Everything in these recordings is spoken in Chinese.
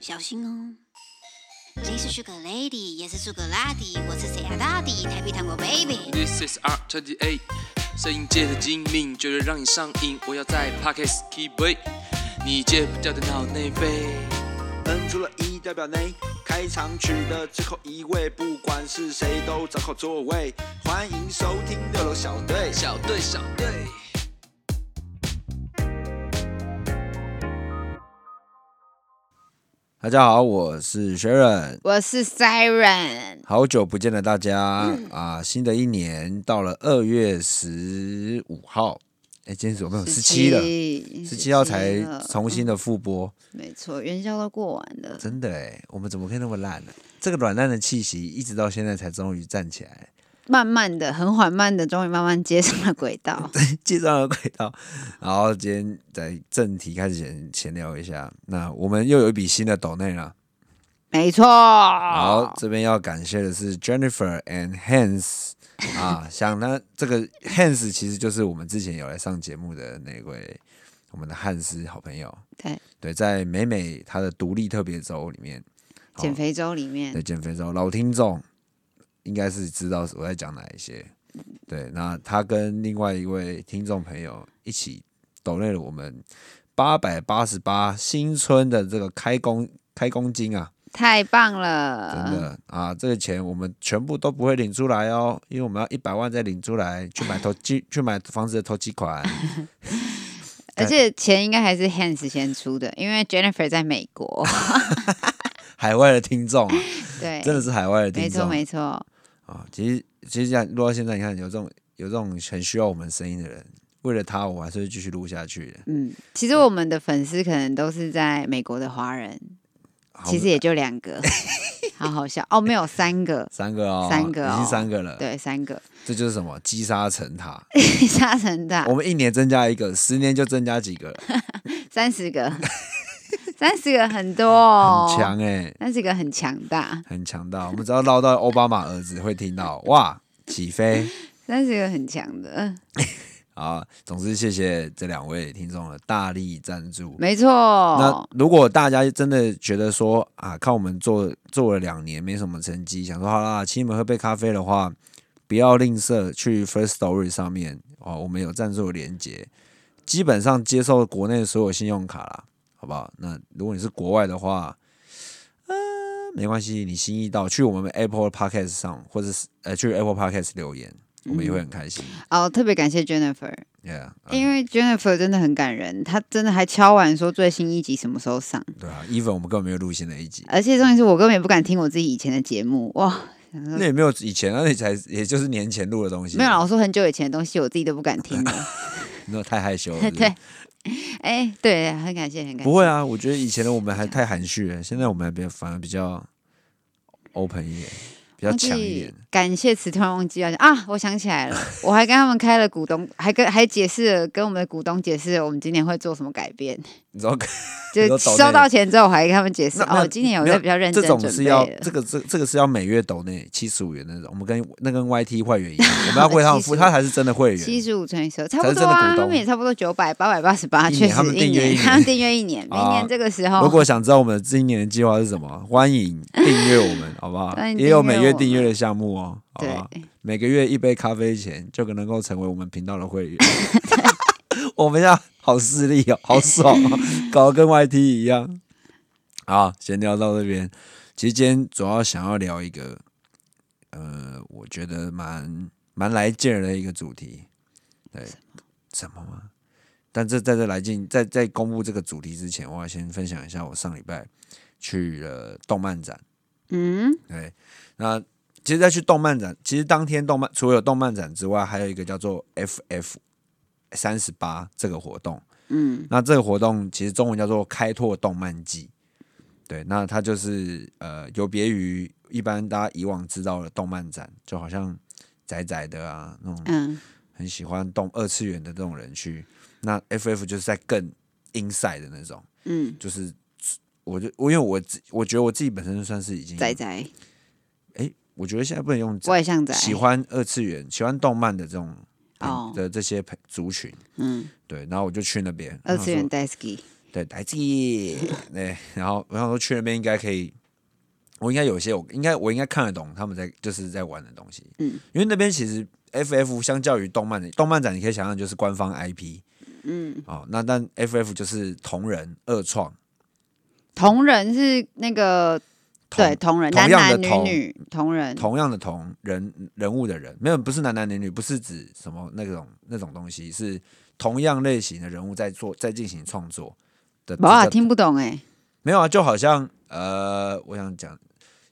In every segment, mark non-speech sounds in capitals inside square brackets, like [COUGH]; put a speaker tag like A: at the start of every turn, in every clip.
A: 小心哦。谁是 Sugar Lady，也是 Sugar Lady，我是 s a d d y 台北糖果 Baby。
B: This is R 2 8 A，摄影界的精明，绝对让你上瘾。我要在 Pockets Keep Way，你戒不掉的脑内啡。
C: 摁出了一代表内，开场曲的最后一位，不管是谁都找好座位。欢迎收听六楼小队，
B: 小队，小队。
C: 大家好，我是 Sharon，
D: 我是 Siren，
C: 好久不见了大家啊！新的一年到了二月十五号，哎，今天是有没有十七了？十七嗯号才重新的复播，
D: 没错，元宵都过完了，
C: 真的哎，我们怎么可以那么烂呢、这个软烂的气息一直到现在才终于站起来，
D: 慢慢的，很缓慢的，终于慢慢接上了轨
C: [LAUGHS]
D: 道。
C: 接上了轨道。然后今天在正题开始前闲聊一下，那我们又有一笔新的抖内了。
D: 没错，啊
C: 好，这边要感谢的是 Jennifer and Hans 啊，想呢，这个 Hans 其实就是我们之前有来上节目的那位我们的汉斯好朋友，
D: 对，
C: 对，在美美他的独立特别周里面，好
D: 减肥周里面
C: 对减肥周老听众应该是知道我在讲哪一些，对，那他跟另外一位听众朋友一起抖累了我们八百八十八新春的这个开工开工金啊。
D: 太棒
C: 真
D: 了，
C: 的啊，这个钱我们全部都不会领出来哦，因为我们要一百万再领出来去买投机，去买房子的投机款。 [LAUGHS]
D: 而且钱应该还是 Hans 先出的，因为 Jennifer 在美
C: [LAUGHS]
D: 国，
C: 海外的听众啊，
D: [LAUGHS] 对，
C: 真的是海外的
D: 没
C: 听
D: 错
C: 众
D: 没错，
C: 啊。其实其实这样录到现在，你看有这种有这种很需要我们声音的人，为了他，我还是会继续录下去的。
D: 嗯，其实我们的粉丝可能都是在美国的华人，
C: 好
D: 其实也就两
C: [LAUGHS]
D: 个，好好笑哦，没有三个，
C: 三个哦，
D: 三个哦
C: 已经三个了。，
D: 对，哎三
C: [LAUGHS]
D: 个， [LAUGHS]
C: 这就是什么积沙成塔。
D: 沙尘大
C: 我，们一年增加一个，十年就增加几个，
D: 三十
C: [LAUGHS]
D: 个，三十个很多哦，
C: 很强哎、
D: 那是一个很强大，
C: 很强大。我们只要唠到奥巴马儿子会听到，哇，起飞。
D: 那是一个很强的，
C: 啊，总之谢谢这两位听众的大力赞助。
D: 没错。
C: 那如果大家真的觉得说啊，看我们做做了两年没什么成绩，想说好啦，请你们喝杯咖啡的话，不要吝啬去 First Story 上面哦，我们有赞助的连接，基本上接受国内所有信用卡啦，好不好？那如果你是国外的话，呃，没关系，你心意到去我们 Apple Podcast 上，或者是呃去 Apple Podcast 留言，我们也会很开心。
D: 哦，特别感谢 Jennifer，、
C: Yeah，嗯
D: 因为 Jennifer 真的很感人，她真的还敲碗说最新一集什么时候上，
C: 对啊，even 我们根本没有录新的一集，
D: 而且重点是我根本也不敢听我自己以前的节目，哇，
C: 那也没有以前，那也才也就是年前录的东西，
D: 没有啦，我说很久以前的东西，我自己都不敢听
C: [LAUGHS]
D: 了。
C: 那太害羞了。是不是
D: 对，哎、对，很感谢，很感谢。
C: 不会啊，我觉得以前的我们还太含蓄了，现在我们还比较反而比较 open 一点，比较
D: 忘
C: 强一
D: 记
C: 点。
D: 感谢词，突然忘记要讲啊！我想起
C: [LAUGHS]
D: 来了，我还跟他们开了股东，还跟还解释了，跟我们的股东解释了我们今年会做什么改变。
C: 你知道，
D: 就
C: 你说
D: 是
C: 抖内
D: 收到钱之后，我还跟他们解释
C: 那那
D: 哦，今年有在比较认
C: 这
D: 真
C: 种
D: 准
C: 是
D: 备
C: 要
D: 了
C: 这个这这个是要每月抖那七十五元那种，我们跟那跟 YT 会员一样，我们
D: [LAUGHS]
C: 要为他们付，
D: 75
C: 他才是真的会
D: 七
C: 员。
D: 十五乘以十二，差
C: 才
D: 不
C: 是
D: 多
C: 真的股
D: 啊，
C: 东
D: 他们也差不多九百八百八十八，
C: 一
D: 确
C: 年他
D: 实
C: 们订阅一年
D: 他们订阅一年，每
C: 啊
D: 年这个时候，
C: 如果想知道我们今年的计划是什么，欢迎订阅我们，好不好？
D: [LAUGHS] 欢迎
C: 也有
D: 订阅
C: 每月
D: 我们
C: 订阅的项目哦，好不
D: 对
C: 好？每个月一杯咖啡钱就能够成为我们频道的会员。 [LAUGHS] 我们要好势利哦，好爽 [LAUGHS] 哦，搞得跟 YT 一样。好，先聊到这边。其实今天主要想要聊一个，呃，我觉得蛮蛮来劲儿的一个主题。对，什么吗？但这在这来劲，在在公布这个主题之前，我要先分享一下我上礼拜去了动漫展。
D: 嗯，
C: 对，那其实，在去动漫展，其实当天动漫除了有动漫展之外，还有一个叫做 FF 三十八这个活动。嗯，那这个活动其实中文叫做开拓动漫季。对，那它就是呃，有别于一般大家以往知道的动漫展，就好像宅宅的啊那种
D: 嗯，
C: 很喜欢动二次元的这种人去，那 FF 就是在更 inside 的那种。
D: 嗯，
C: 就是我就我因为我自我觉得我自己本身算是已经
D: 仔仔，
C: 我觉得现在不能用宅
D: 外向仔，
C: 喜欢二次元、喜欢动漫的这种、
D: 哦
C: 的这些朋族群，
D: 嗯，
C: 对，然后我就去那边
D: 二次元
C: 然后
D: d e s k y
C: 嗯说对，来
D: [LAUGHS]
C: 自对，然后然后说去那边应该可以，我应该有些我应该我应该看得懂他们在就是在玩的东西，
D: 嗯，
C: 因为那边其实 FF 相较于动漫的动漫展，你可以想象就是官方 IP
D: 嗯，
C: 哦，那但 FF 就是同人二创，
D: 同人是那个
C: 同
D: 对同人，
C: 同
D: 男
C: 样的
D: 男女
C: 同
D: 女同人，
C: 同样的同人人物的人，没有不是男男女女，不是指什么那种那种东西，是同样类型的人物在做在进行创作的。
D: 哇，
C: 这叫
D: 听不懂哎，
C: 没有啊，就好像呃，我想讲，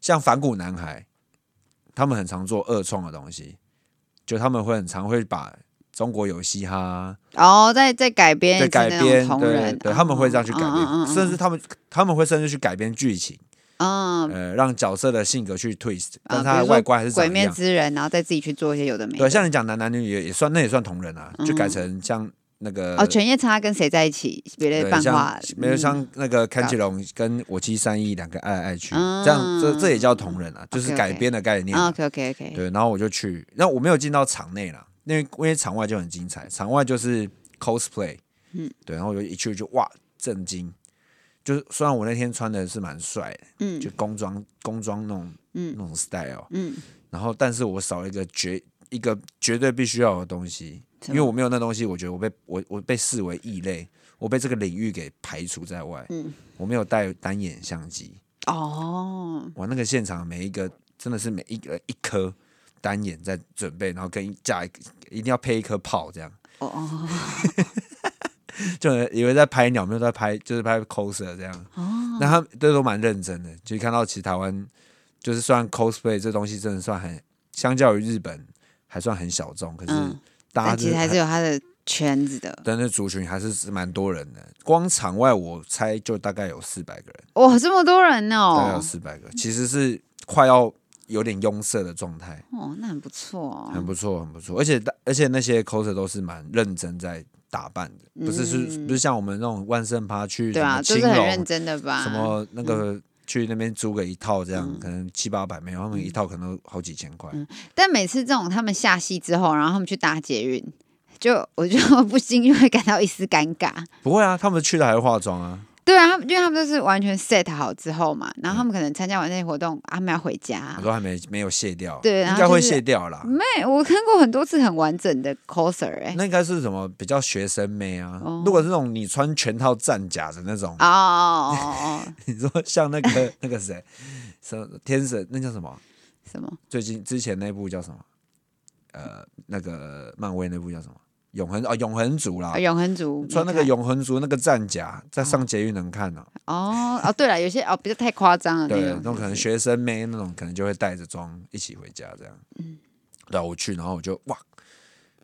C: 像反骨男孩，他们很常做二创的东西，就他们会很常会把中国有嘻哈
D: 哦，再再改编
C: 对
D: 一次
C: 改
D: 那种
C: 编，
D: 同
C: 对
D: 人，
C: 对，
D: 嗯
C: 他们会这样去改
D: 嗯嗯嗯
C: 编，甚至他们他们会甚至去改编剧情，
D: 嗯，
C: 呃，让角色的性格去 twist，但
D: 啊
C: 是他
D: 比
C: 的
D: 如说
C: 外观还是长
D: 鬼
C: 一
D: 灭
C: 样。
D: 之刃，然后再自己去做一些有的没
C: 对，
D: 的。
C: 像你讲男男女女也也算，那也算同人啊，就改
D: 嗯
C: 成像那个
D: 哦，犬夜叉跟谁在一起？别
C: 对
D: 的漫
C: 像
D: 画
C: 没有
D: 嗯
C: 像那个看起龙跟我妻三一两个爱来爱去，
D: 嗯
C: 这样这这也叫同人啊，就是
D: OK，OK
C: 改编的概念啊。
D: OK OK OK，
C: 对，然后我就去，那我没有进到场内啦，因为因为场外就很精彩，场外就是 cosplay，嗯
D: 嗯，
C: 对，然后我就一去就哇震惊，就是虽然我那天穿的是蛮帅的，
D: 嗯
C: 就工装工装那种那
D: 嗯
C: 种 style，
D: 嗯，
C: 然后但是我少了一个绝一个绝对必须要有的东西，
D: 什
C: 因
D: 么
C: 为我没有那东西，我觉得我被我我被视为异类，我被这个领域给排除在外。
D: 嗯
C: 我没有带单眼相机，
D: 哦，
C: 哇，那个现场每一个真的是每一个一颗单眼在准备，然后跟架一个一定要配一颗炮，这样
D: 哦哦
C: [LAUGHS] 就以为在拍鸟，没有在拍，就是拍 coser 这样。
D: 哦，
C: 那他们这都蛮认真的，就是看到其实台湾就是算 cosplay 这东西真的算很，相较于日本还算很小众，可是
D: 嗯
C: 大家
D: 但
C: 就
D: 其实还是有他的圈子的。
C: 但是族群还是蛮多人的，光场外我猜就大概有四百个人，
D: 哇，这么多人
C: 大概有
D: 哦，
C: 四百个，其实是快要有点拥塞的状态，
D: 哦，那很不错
C: 很
D: 哦。
C: 不错，很不错。而且大而且那些 coser 都是蛮认真在打扮的，不是是
D: 嗯
C: 不是像我们那种万圣趴去
D: 对
C: 什
D: 啊，
C: 么
D: 就
C: 青
D: 是很认
C: 龙
D: 真的吧？
C: 什么那个去那边租个一套这样，
D: 嗯
C: 可能七八百没有，他们一套可能都好几千块。
D: 但每次这种他们下戏之后，然后他们去搭捷运，就我就不禁就会感到一丝尴尬。
C: 不会啊，他们去了还会化妆啊，
D: 对啊，他们因为他们都是完全 set 好之后嘛，然后他们可能参加完那些活动，啊他们要回家
C: 我。都还没没有卸掉，
D: 对然
C: 应
D: 后
C: 该会
D: 就是
C: 卸掉啦。
D: 妹，我看过很多次很完整的 coser 哎、
C: 那应该是什么比较学生妹啊？
D: 哦
C: 如果是那种你穿全套战甲的那种，
D: 哦哦哦哦，
C: [LAUGHS] 你说像那个那个谁，什么天神那叫什么？
D: 什么？
C: 最近之前那部叫什么？呃，那个漫威那部叫什么？永恒哦，永恒族啦
D: 啊、，永恒族
C: 穿那
D: 没
C: 个
D: 看
C: 永恒族那个战甲，在上捷运能看啊。
D: 哦哦，对了，有些哦，不是太夸张了
C: 嗯
D: 那
C: 对，啊
D: 种，
C: 那种可能学生妹那种，可能就会带着妆一起回家这样。嗯，对啊，我去，然后我就哇，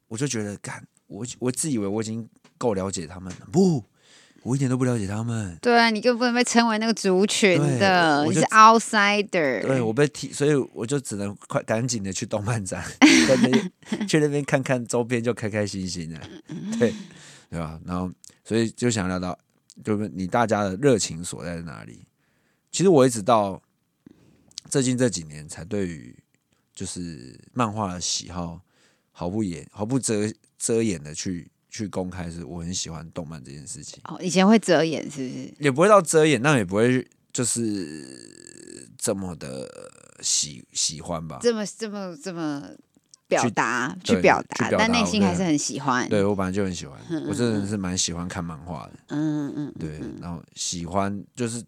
C: 我就觉得干，我我自以为我已经够了解他们了，不，我一点都不了解他们。
D: 对啊，你根本不能被称为那个族群
C: 对
D: 的，
C: 我
D: 你
C: 就是
D: outsider。
C: 对我被踢，所以我就只能快赶紧的去动漫展， [LAUGHS] 跟着去那边看看周边，就开开心心的，对对吧？然后所以就想聊到，就是你大家的热情所在哪里？其实我一直到最近这几年才对于就是漫画的喜好毫不掩毫不遮遮掩的去去公开，是我很喜欢动漫这件事情。
D: 哦，以前会遮掩是不是？
C: 也不会到遮掩，但也不会就是这么的喜喜欢吧。
D: 这么这么这么表
C: 去
D: 达
C: 对
D: 去表
C: 去
D: 达
C: 表，
D: 但
C: 达
D: 内
C: 我
D: 心
C: 对
D: 还是很喜欢。
C: 对我本来就很喜欢，我真的是蛮喜欢看漫画的。
D: 嗯嗯嗯，
C: 对，然后喜欢就是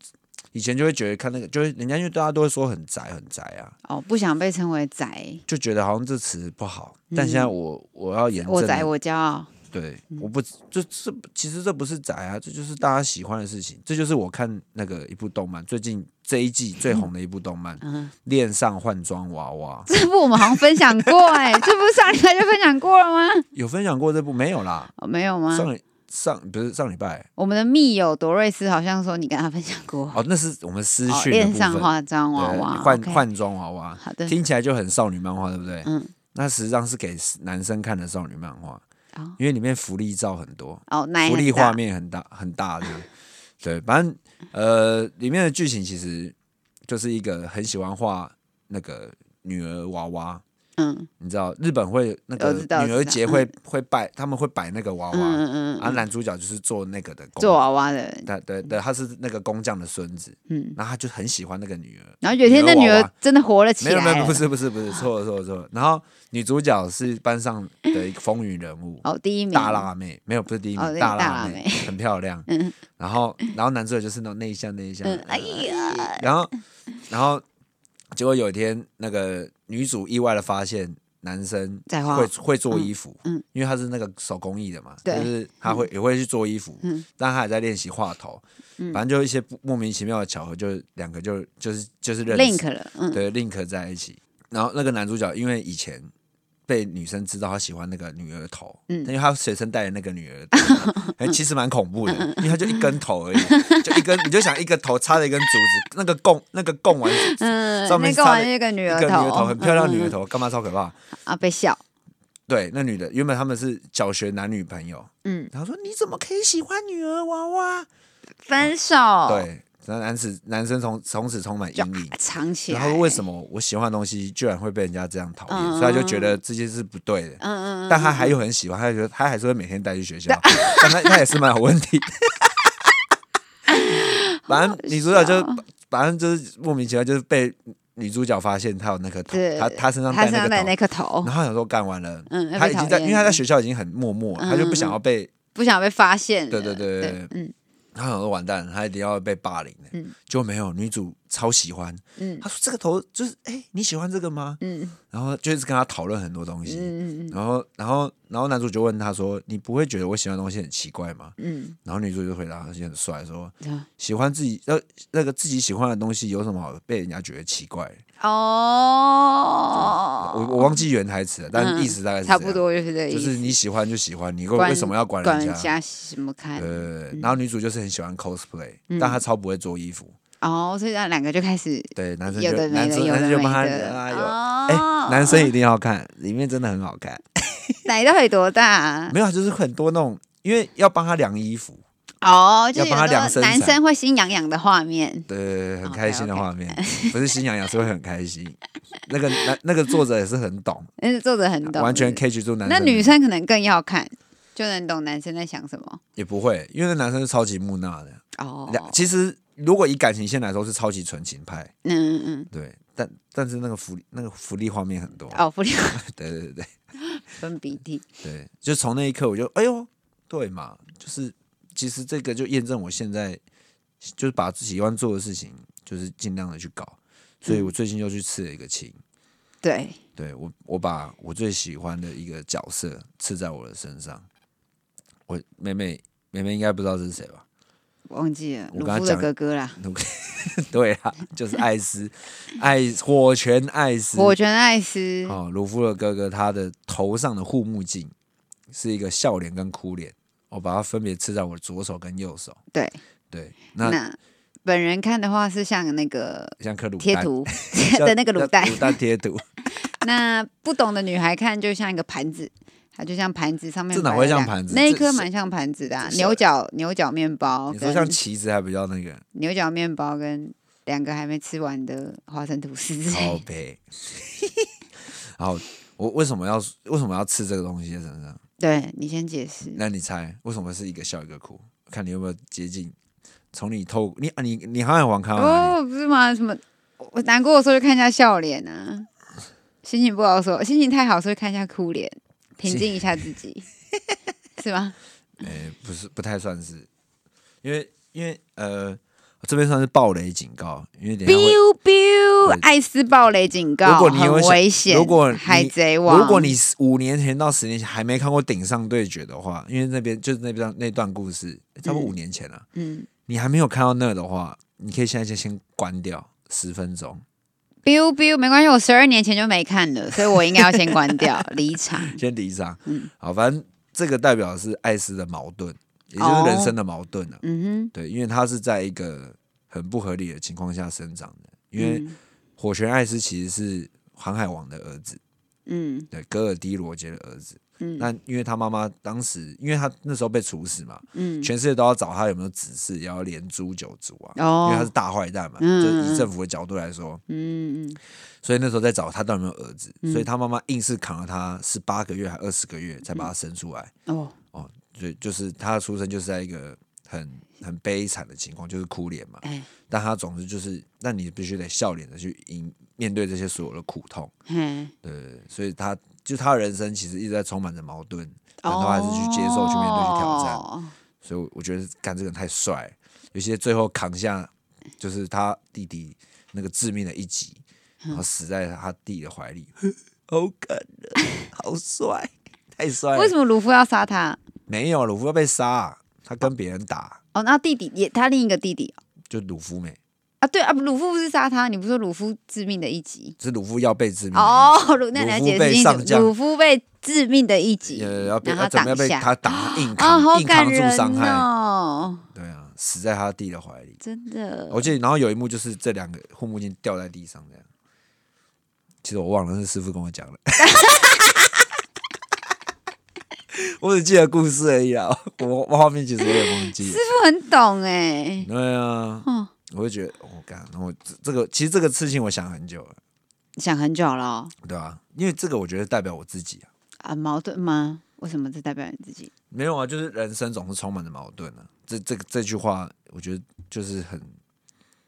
C: 以前就会觉得看那个，就是人家因为大家都会说很宅很宅啊，
D: 哦，不想被称为宅，
C: 就觉得好像这词不好。但现在我我要严正
D: 我
C: 地，
D: 宅我骄傲。 [LAUGHS]
C: 对，我不就这其实这不是宅啊，这就是大家喜欢的事情。这就是我看那个一部动漫，最近这一季最红的一部动漫《
D: 嗯，
C: 恋上换装娃娃》。
D: 这部我们好像分享过哎、
C: [LAUGHS]
D: 这不是上礼拜就分享过了吗？
C: 有分享过这部没有啦？
D: 哦、没有吗？
C: 上礼上不是上礼拜
D: 我们的密友多瑞斯好像说你跟他分享过，
C: 哦，那是我们私
D: 哦，
C: 讯的
D: 恋
C: 部分
D: 上化妆
C: 对
D: 娃娃，
C: 换
D: OK
C: 换装娃娃，
D: 好的，
C: 听起来就很少女漫画，对不对？
D: 嗯，
C: 那实际上是给男生看的少女漫画，
D: 哦
C: 因为里面福利照很多，
D: 哦，奶
C: 福
D: 很
C: 利
D: 大
C: 画面很大很大的，对，反正呃，里面的剧情其实就是一个很喜欢画那个女儿娃娃，
D: 嗯
C: 你知道日本会那个
D: 我哦知道
C: 女
D: 我
C: 儿
D: 知道
C: 节会会摆，他们会摆那个娃
D: 嗯
C: 娃，
D: 嗯嗯
C: 啊，
D: 嗯，
C: 男主角就是做那个的工，
D: 做娃娃的人，
C: 对对对，他是那个工匠的孙子，
D: 嗯。
C: 然后他就很喜欢那个女儿，
D: 然后有一天，那
C: 女
D: 女
C: 儿娃娃
D: 儿真的活了起
C: 没有
D: 来
C: 没有，
D: 了。
C: 不是不是不是，错了错了错了。然后女主角是班上的一个风云人物，
D: 哦，第一名。
C: 大啊辣妹，没有不是第一
D: 哦那
C: 名，
D: 个
C: 大
D: 大
C: 辣
D: 辣
C: 妹
D: 妹
C: 很漂亮。
D: 嗯
C: 然后然后男主角就是那种内向内向
D: 嗯，，哎
C: 呃
D: 呀，
C: 然后然后结果有一天那个女主意外的发现。男生
D: 在画
C: 会会做衣服，
D: 嗯嗯
C: 因为他是那个手工艺的嘛，就
D: 对
C: 是他会、也会去做衣服，
D: 嗯
C: 但他也在练习画头，
D: 嗯
C: 反正就一些不莫名其妙的巧合，就两个就就是就是认识
D: ，link 了，嗯，
C: 对，link 在一起。然后那个男主角因为以前被女生知道他喜欢那个女儿头，
D: 嗯
C: 因为他随身带的那个女儿头，哎、其实蛮恐
D: [LAUGHS]
C: 怖的，因为他就一根头而已，就一根，你就想一个头插着一根竹子，那个贡那个贡丸子
D: 嗯，
C: 上面
D: 那个
C: 插
D: 玩
C: 了
D: 那个女
C: 一
D: 儿
C: 个女儿
D: 头，
C: 头，很漂亮
D: 嗯
C: 女儿
D: 嗯
C: 头，干嘛超可怕？
D: 嗯啊，被笑，
C: 对，那女的原本他们是小学男女朋友，
D: 嗯，
C: 然后说你怎么可以喜欢女儿娃娃？
D: 分手，，
C: 对，那男子男生从从此充满阴
D: 哦就
C: 影。
D: 藏起来。嗯
C: 然后为什么我喜欢的东西居然会被人家这样讨厌，所以他就觉得这件事不对的。
D: 嗯？嗯嗯，
C: 但他还有很喜欢，他就觉得他还是会每天带去学校， [LAUGHS] 但他他也是蛮有问题。 [LAUGHS] 反正女主角就反正就是莫名其妙，就是被女主角发现他有那颗头
D: 对，
C: 他他身上
D: 他
C: 带
D: 嗯身
C: 那
D: 上
C: 个
D: 戴
C: 头
D: 那，颗头，
C: 然后想说干完了，
D: 嗯
C: 他已经在，
D: 被讨厌嗯
C: 因为他在学校已经很默默了，他就不想要被
D: 不想被发现了。
C: 对对对对
D: 嗯
C: 他想说完蛋了，他一定要被霸凌的、
D: 嗯
C: 就没有女主超喜欢，
D: 嗯
C: 他说这个头就是哎、你喜欢这个吗？
D: 嗯
C: 然后就一直跟他讨论很多东西，
D: 嗯嗯
C: 然后然后然后男主就问他说：“你不会觉得我喜欢的东西很奇怪吗
D: 嗯？”
C: 然后女主就回答他很帅说
D: 嗯，：“
C: 喜欢自己呃那个自己喜欢的东西有什么好被人家觉得奇怪的？”
D: 哦，
C: 我我忘记原台词了，但
D: 嗯
C: 意思大概是
D: 差
C: 这
D: 不
C: 样，
D: 多就是这个意
C: 就
D: 思。
C: 是你喜欢就喜欢，你为
D: 管
C: 为什么要管
D: 管嗯
C: 人家？
D: 什么看？
C: 呃，然后女主就是很喜欢 cosplay，但
D: 嗯
C: 她超不会做衣服，
D: 哦，所以那两个就开始
C: 对男生就
D: 有的没
C: 男
D: 的，
C: 生
D: 有
C: 男
D: 的
C: 生
D: 没
C: 就帮他
D: 的。
C: 啊有。
D: 哦啊
C: 哎，男生一定要看，里面真的很好看。
D: 奶到底多大啊？
C: 没有，就是很多那种，因为要帮他量衣服，
D: 哦，就
C: 要
D: 是
C: 帮他
D: 有
C: 量
D: 那
C: 身
D: 种男
C: 材
D: 生会心痒痒的画面。
C: 对，很
D: OK，
C: 开心的
D: 哦 OK
C: 画面，不是心痒痒，是会很开心。那个那那个作者也是很懂，啊
D: 但是作者很懂，
C: 完全
D: 是不是
C: catch 住男
D: 那
C: 生。
D: 女生可能更要看，就能懂男生在想什么。
C: 也不会，因为那男生是超级木讷的。
D: 哦，
C: 两其实如果以感情线来说，是超级纯情派，
D: 嗯嗯
C: 对。但但是那个福利那个福利画面很多
D: 嗯，，哦，不流
C: 对对对对
D: 分鼻
C: [LAUGHS]
D: 涕。
C: 对，就从那一刻我就哎呦，对嘛，就是其实这个就验证我现在就是把自己喜欢做的事情，就是尽量的去搞。所以
D: 嗯
C: 我最近又去刺了一个青。
D: 对，
C: 对我，我把我最喜欢的一个角色刺在我的身上。我妹妹，妹妹应该不知道这是谁吧？ [LAUGHS]
D: 忘记了，
C: 我
D: 鲁
C: 刚
D: 夫
C: 刚讲
D: 的哥哥啦，
C: 对啊，就是艾斯，艾火拳艾斯。
D: 火拳艾斯。
C: 哦，鲁夫的哥哥，他的头上的护目镜是一个笑脸跟哭脸，我把它分别刺在我左手跟右手。
D: 对，
C: 对，那
D: 那本人看的话是像那个
C: 像颗卤
D: 贴
C: 蛋
D: 图
C: [LAUGHS] 像
D: 的那个
C: 像
D: 卤蛋，
C: 卤蛋贴
D: [LAUGHS]
C: 图，
D: 那不懂的女孩看就像一个盘子，它就像盘子上面
C: 这哪
D: 摆
C: 会
D: 了
C: 像
D: 两
C: 盘子
D: 那一
C: 这
D: 颗
C: 是
D: 蛮像盘子的啊、
C: 这是
D: 牛角牛角面包
C: 你说
D: 跟
C: 像旗子还比较那个，
D: 牛角面包跟两个还没吃完的花生吐司之类
C: 好
D: 的。
C: 呗。然后我为什么要为什么要吃这个东西在身上？
D: [LAUGHS] 对你先解释，
C: 那你猜为什么是一个笑一个哭？看你有没有接近。从你透你啊你你航海王看到哪里？
D: 哦，不是吗？什么？我难过的时候就看一下笑脸啊，心情不好的时候，心情太好的时候就看一下哭脸，平
C: 心
D: 静一下
C: [LAUGHS]
D: 自己，是吗？
C: 哎、不是不太算是，因为因为呃这边算是暴雷警告，因为等一下会。
D: biu biu，
C: 对
D: 艾斯暴雷警告，
C: 如果你有
D: 很
C: 想
D: 危险，
C: 如果你
D: 海贼王，
C: 如果你是五年前到十年前还没看过《顶上对决》的话，因为那边就是那边那段故事，差不多五年前了、
D: 嗯
C: 你还没有看到那的话，你可以现在就先关掉十分钟，
D: biu biu 没关系，我十二年前就没看了，所以我应该要先关掉 [LAUGHS] 离场。
C: 先离场。
D: 嗯
C: 好，反正这个代表的是艾斯的矛盾，也就是人生的矛盾了、
D: 嗯
C: 对，因为他是在一个很不合理的情况下生长的，
D: 哼，
C: 因为
D: 嗯
C: 火拳艾斯其实是航海王的儿子，
D: 嗯
C: 对，戈尔迪罗杰的儿子。
D: 嗯
C: 那因为他妈妈当时，因为他那时候被处死嘛，
D: 嗯
C: 全世界都要找他有没有指示，也要连诛九族啊，因为他是
D: 哦，
C: 大坏蛋嘛，
D: 嗯
C: 就是
D: 嗯嗯
C: 以政府的角度来说，
D: 嗯嗯
C: 所以那时候在找他到底有没有儿子，所以他妈妈硬是扛了他十八个月还二十个月才把他生出来，
D: 嗯哦，
C: 哦，所以就是他的出生就是在一个很很悲惨的情况，就是哭脸嘛，
D: 哎
C: 但他总之就是，那你必须得笑脸的去迎面对这些所有的苦痛，
D: 嘿，
C: 对对对，所以他就他的人生其实一直在充满着矛盾，但他还是去接受、去面对、去挑战，
D: 哦
C: 所以我觉得干这个人太帅了，有些最后扛下就是他弟弟那个致命的一击，然后死在他弟的怀里， [LAUGHS] 好感人，好帅，太帅了。
D: 为什么鲁夫要杀他？
C: 没有鲁夫要被杀、啊他跟别人打，
D: 哦，那弟弟也他另一个弟弟
C: 就鲁夫没，
D: 啊，对啊，鲁夫不是杀他，你不是说鲁夫致命的一击？
C: 是鲁夫要被致命的一击。
D: 哦，鲁那你来
C: 嗯鲁夫
D: 解
C: 被
D: 释清
C: 上
D: 楚，
C: 将
D: 鲁夫被致命的一击，
C: 呃，要被
D: 让
C: 要
D: 他
C: 准备要
D: 挡
C: 被
D: 下，
C: 他挡硬
D: 啊，
C: 扛、
D: 好
C: 硬
D: 感
C: 扛住伤
D: 人
C: 害，
D: 哦，
C: 对啊，死在他弟的怀里。
D: 真的，
C: 我记得，然后有一幕就是这两个护目镜掉在地上这样。其实我忘了是师傅跟我讲的， [LAUGHS] 我只记得故事而已啊，我我画面其实有点忘记了。
D: 不很懂哎，
C: 对啊，
D: 嗯
C: 我就觉得我干，然后这这个其实这个事情我想很久了，
D: 想很久了哦
C: 对吧、因为这个我觉得代表我自己啊，
D: 啊，矛盾吗？为什么这代表你自己？
C: 没有啊，就是人生总是充满着矛盾啊。这这这句话，我觉得就是很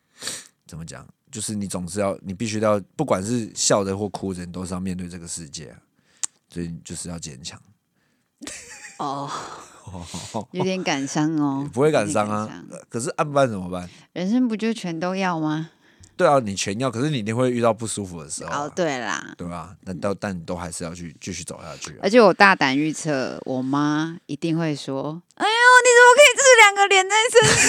C: [SNIFFS] 怎么讲，就是你总是要，你必须要，不管是笑着或哭着，你都是要面对这个世界啊、所以你就是要坚强。
D: 哦，有点感伤哦，
C: [LAUGHS] 不会感
D: 有点
C: 伤啊，呃可是按班怎么办？
D: 人生不就全都要吗？
C: 对啊，你全要，可是你一定会遇到不舒服的时候、啊，
D: 哦，对啦，
C: 对吧？但但但你都还是要去继续走下去、啊
D: 而。且我大胆预测，我妈一定会说：“哎呦，你怎么可以这两个脸在 身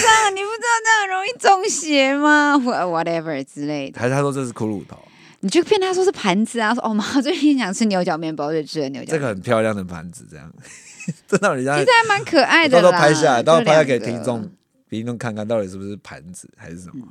C: [LAUGHS]
D: 上？你不知道这样容易中邪吗？ [LAUGHS] 或 whatever 之类的。
C: 还是他说这是骷髅头，”
D: 你就骗她说是盘子啊，说：“哦妈， [LAUGHS] 最近想吃牛角面包，就吃了牛角
C: 这
D: 面
C: 个
D: 包。
C: 很漂亮的盘子，这样， [LAUGHS] 这让人家
D: 啊其实还蛮可爱
C: 到
D: 的
C: 时候
D: 啦，
C: 拍下来，
D: 就
C: 到时候拍下
D: 两
C: 给
D: 个
C: 听众，听众看看到底是不是盘子还是什
D: 嗯
C: 么。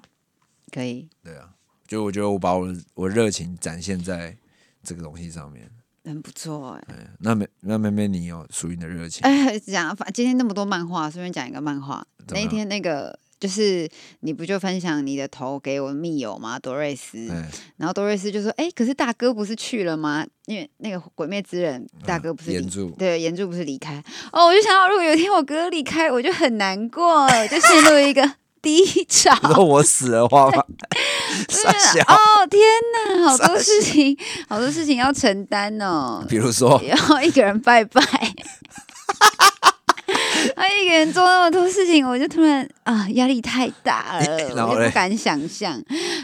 D: 可以，
C: 对啊，就我觉得我把我的我热情展现在这个东西上面。
D: 很不错哎、
C: 对那妹那妹妹，你有属于你的热情？
D: 哎， [LAUGHS] 讲反今天那么多漫画，顺便讲一个漫画。
C: 怎么
D: 那
C: 样
D: 一天那个就是你不就分享你的头给我密友吗？多瑞斯，
C: 哎，
D: 然后多瑞斯就说：“哎，可是大哥不是去了吗？因为那个《鬼灭之刃》大哥不是离、
C: 岩嗯柱
D: 对岩柱不是离开哦，我就想到如果有一天我哥离开，我就很难过， [LAUGHS] 我就陷入一个 [LAUGHS] 低潮。”
C: 你说 [LAUGHS] 我死的
D: [LAUGHS]
C: 话吗？傻
D: 就是
C: 笑。
D: 啊哦天
C: [LAUGHS]
D: 哪，好多事情，好多事情要承担哦。
C: 比如说，
D: 然后一个人拜拜。 [LAUGHS] 他一个人做那么多事情，我就突然啊，压力太大了，
C: [LAUGHS] 然后
D: 我就
C: 嘞
D: 不敢想象。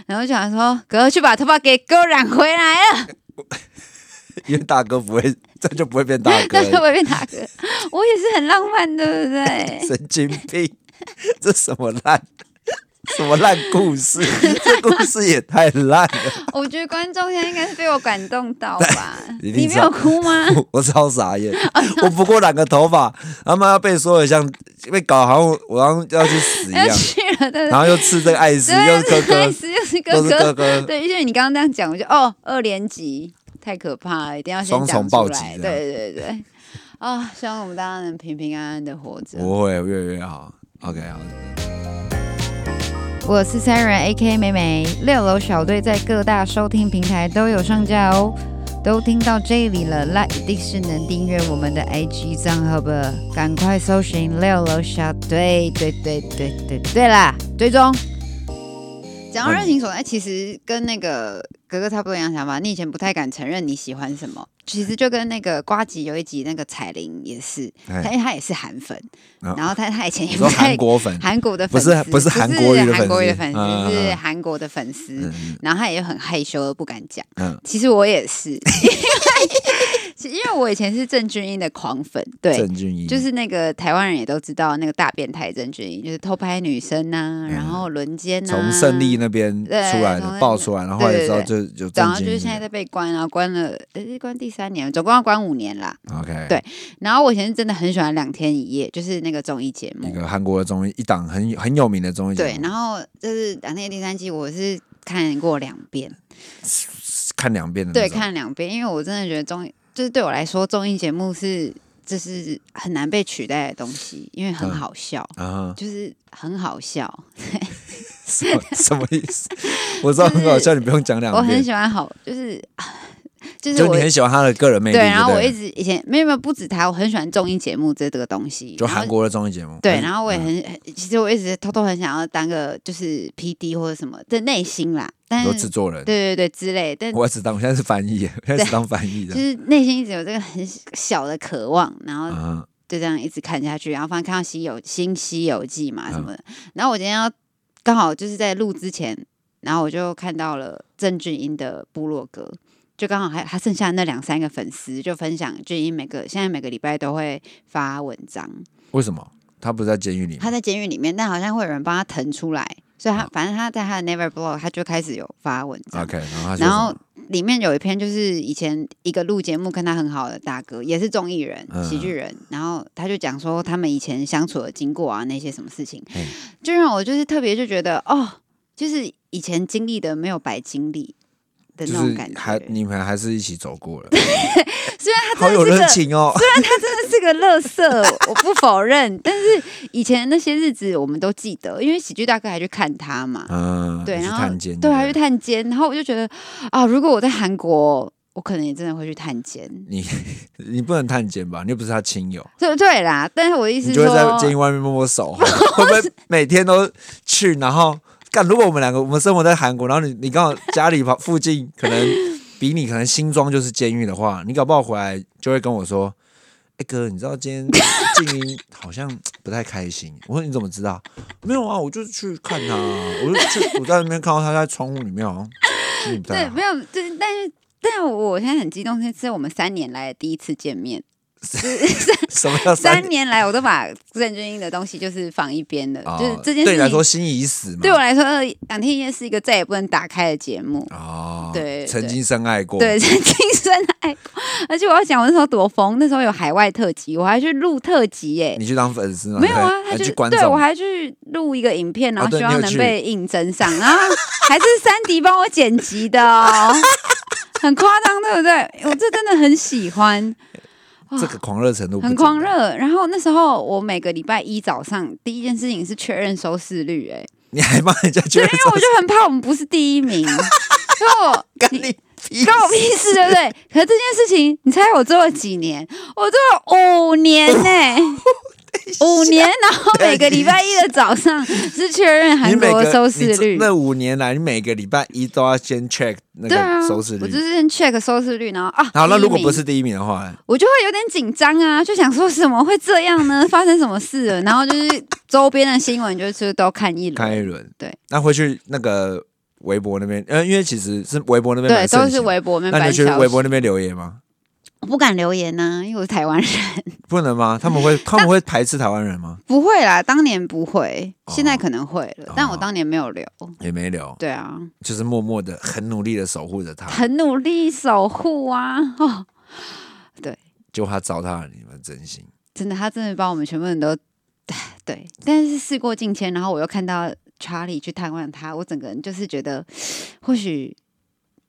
D: 然后就想说，哥去把头发给哥染回来
C: [LAUGHS]
D: 了，
C: 因为大哥不会，这就不会变大哥
D: [LAUGHS] 但，是我变大哥，我也是很浪漫，对不对？
C: 神经病，这什么烂？什么烂故事？这故事也太烂了，
D: 我觉得观众现在应该是被我感动到
C: [LAUGHS]
D: 吧？
C: 一定啊
D: 你没有哭
C: [LAUGHS]
D: 吗？
C: 我我超傻
D: [LAUGHS]
C: 眼。
D: 哎
C: 我不过染个头发，他妈被说的像被搞，好像我好像要去死一
D: 要
C: 样。
D: 去了，对
C: [LAUGHS]
D: 不
C: 然
D: 对？
C: 后又吃这个艾斯，又是哥
D: 哎对，又
C: 哥，
D: 是又是
C: 都是哥
D: 哥
C: 哥，
D: 对，因为你刚刚这样讲，我就哦，二连击太可怕了，一定要先
C: 双
D: 讲
C: 重暴
D: 出
C: 击
D: 来。
C: 这样
D: 对对对，啊、希望我们大家能平平安安的活着。
C: 不会越来越好。OK，好，
D: 我是 Siren A.K. 美美，六楼小队在各大收听平台都有上架哦。都听到这里了，那一定是能订阅我们的 IG 账号吧？赶快搜寻六楼小队，对对对对对啦，追踪。讲到热情所
C: 嗯
D: 爱，其实跟那个格格差不多一样想法。你以前不太敢承认你喜欢什么，其实就跟那个瓜吉有一集那个彩铃也是，
C: 哎
D: 她因为她也是韩粉，
C: 哦
D: 然后她她以前
C: 你
D: 也不
C: 说
D: 太
C: 韩国粉，
D: 韩国的
C: 不
D: 粉
C: 是
D: 丝，
C: 不是韩国语的
D: 韩国语的
C: 粉
D: 粉
C: 丝嗯嗯嗯
D: 丝，是韩国的粉丝。
C: 嗯
D: 然后他也很害羞而不敢讲。
C: 嗯，
D: 其实我也是，因 [LAUGHS] 为其实因为我以前是郑钧英的狂粉，对，
C: 郑俊英
D: 就是那个台湾人也都知道那个大变态郑钧英，就是偷拍女生呐、然后轮奸啊呐、
C: 嗯从胜利那边
D: 对
C: 出来
D: 从那
C: 的，爆出来，然后后来
D: 对对
C: 之后
D: 对
C: 就有
D: 然
C: 郑
D: 后就
C: 俊
D: 是
C: 英
D: 现在在被关，然后关了，呃，关第三年，总共要关五年啦。
C: ，OK，
D: 对然后我以前是真的很喜欢《两天一夜》，就是那个综艺节目
C: 一，个韩国的综艺，一档很很有名的综艺节目，
D: 对，然后就是《两天一夜》第三季，我是看过两遍，
C: 看两遍的那
D: 对，
C: 种，
D: 看两遍，因为我真的觉得综艺就是对我来说，综艺节目是这是很难被取代的东西，因为很
C: 嗯
D: 好笑， [LAUGHS]
C: 啊，
D: 就是很好笑。
C: 什么什么意思？ [LAUGHS] 我知道很好笑，你不用讲两
D: 我很
C: 遍。
D: 喜欢好，就是就是
C: 就
D: 我
C: 你很喜欢他的个人魅力，
D: 对，然后
C: 不
D: 我一直以前没有没有不止台，我很喜欢综艺节目这这个东西，
C: 就
D: 然后
C: 韩国的综艺节目，
D: 对，
C: 嗯
D: 然后我也
C: 嗯
D: 很，很其实我一直偷偷很想要当个就是 P D 或者什么的内心啦，但
C: 很多
D: 是
C: 制作人，
D: 嗯对对对之类，但
C: 我只当我现在是翻译，我现在只当翻译
D: 就
C: 的，
D: 是内心一直有这个很小的渴望，然后
C: 啊，
D: 就这样一直看下去，然后反正看到《西游新西游记》嘛什
C: 嗯
D: 么的，然后我今天要刚好就是在录之前，然后我就看到了郑俊英的部落格，就刚好还还剩下那两三个粉丝就分享俊英每个现在每个礼拜都会发文章，
C: 为什么他不是在监狱里吗？
D: 他在监狱里面，但好像会有人帮他腾出来，所以他
C: 嗯
D: 反正他在他的 Never Blog 他就开始有发文章。
C: OK，然后他说
D: 然
C: 什么
D: 后里面有一篇就是以前一个录节目跟他很好的大哥，也是综艺人、
C: 嗯
D: 喜剧人，然后他就讲说他们以前相处的经过啊，那些什么事情
C: 嘿，
D: 就让我就是特别就觉得哦，就是以前经历的没有白经历的那
C: 就
D: 种
C: 是
D: 感觉。 [LAUGHS]
C: 还你们还是一起走过了，
D: 虽然他
C: 好
D: 真
C: 有
D: 的是
C: 热
D: 个
C: 情哦，
D: 是个乐色，我不否认， [LAUGHS] 但是以前那些日子我们都记得，因为喜剧大哥还去看他嘛，
C: 嗯，
D: 对，
C: 你是
D: 然后
C: 探监，
D: 对，啊还
C: 还
D: 去探监，然后我就觉得啊，如果我在韩国，我可能也真的会去探监。
C: 你你不能探监吧？你又不是他亲友，
D: 对对啦，但是我的意思
C: 你
D: 是
C: 就
D: 说，
C: 会在监狱外面默默
D: [LAUGHS]
C: 守候，会不会每天都去？然后干，如果我们两个我们生活在韩国，然后你你刚好家里旁附近可能比你可能新庄就是监狱的话，你搞不好回来就会跟我说。哎、哥，你知道今天静音好像不太开心。我说你怎么知道？没有啊，我就去看他啊，我就去我在那边看到他在窗户里面好像心情不太
D: 对，
C: 好
D: 没。有，对，但是但我现在很激动，是是我们三年来的第一次见面，
C: [LAUGHS] 什么叫三
D: 三？年来我都把郑钧英的东西就是放一边了，
C: 哦
D: [LAUGHS] 就是这件事情
C: 对你来说心已死嘛？
D: 对我来说，呃两天一夜是一个再也不能打开的节目。
C: 哦，
D: 对
C: 曾
D: 对
C: 经深爱过，
D: 对，曾经深爱过，而且我要讲，我那时候多疯，那时候有海外特辑，我还去录特辑耶、
C: 你去当粉丝吗？
D: 没有啊，
C: 还
D: 他
C: 还
D: 就
C: 去观
D: 对我
C: 众，
D: 还去录一个影片，然
C: 哦
D: 后
C: 对
D: 希
C: 你
D: 望
C: 有
D: 能
C: 去
D: 被应征上，然后 [LAUGHS] 还是珊迪帮我剪辑的哦， [LAUGHS] 很夸张，对不对？我这真的很喜
C: [LAUGHS]
D: 欢，
C: 这个狂热程度不简单
D: 很狂。热。然后那时候我每个礼拜一早上第一件事情是确认收视率、哎，
C: 你还帮
D: [LAUGHS]
C: 人家觉
D: 对，
C: 得
D: 因为我就很怕我们不是第
C: [LAUGHS]
D: 一名，所以我
C: 干你屁
D: 关我屁
C: [LAUGHS]
D: 事，对不对？可是这件事情，你猜我做了几年？我做了五年
C: [LAUGHS]
D: 呢、五年，然后每个礼拜一的早上是确认韩
C: 你哎每
D: 国
C: 个
D: 的收视
C: 你
D: 率。
C: 这那五年来，你每个礼拜一都要先 check 那
D: 对啊
C: 个，收视率。
D: 我就是 check 收视率，然后啊，
C: 好，那
D: 第一
C: 如果
D: 名
C: 不是第一名的话，
D: 我就会有点紧张啊，就想说怎么会这样呢？发生什么事了？然后就是周边的新闻就是都看一轮，
C: 看一轮。
D: 对，
C: 那回去那个微博那边，呃，因为其实是微博那边
D: 对，
C: 蛮盛
D: 都
C: 行
D: 是微博面
C: 那
D: 板
C: 你去
D: 消
C: 微博
D: 息。
C: 那边留言吗？
D: 我不敢留言呐、因为我是台湾人。
C: 不能吗？他们
D: [LAUGHS]
C: 会他们会排斥台湾人吗？
D: 不会啦，当年不会，现在可能会了，
C: 哦
D: 但我当年没有留。
C: 也没留，
D: 对啊，
C: 就是默默的、很努力的守护着他，
D: 很努力守护啊，哦，
C: 就他糟蹋了你们真心。
D: 真的，他真的把我们全部人都对，但是事过境迁，然后我又看到查理去探望他，我整个人就是觉得，或许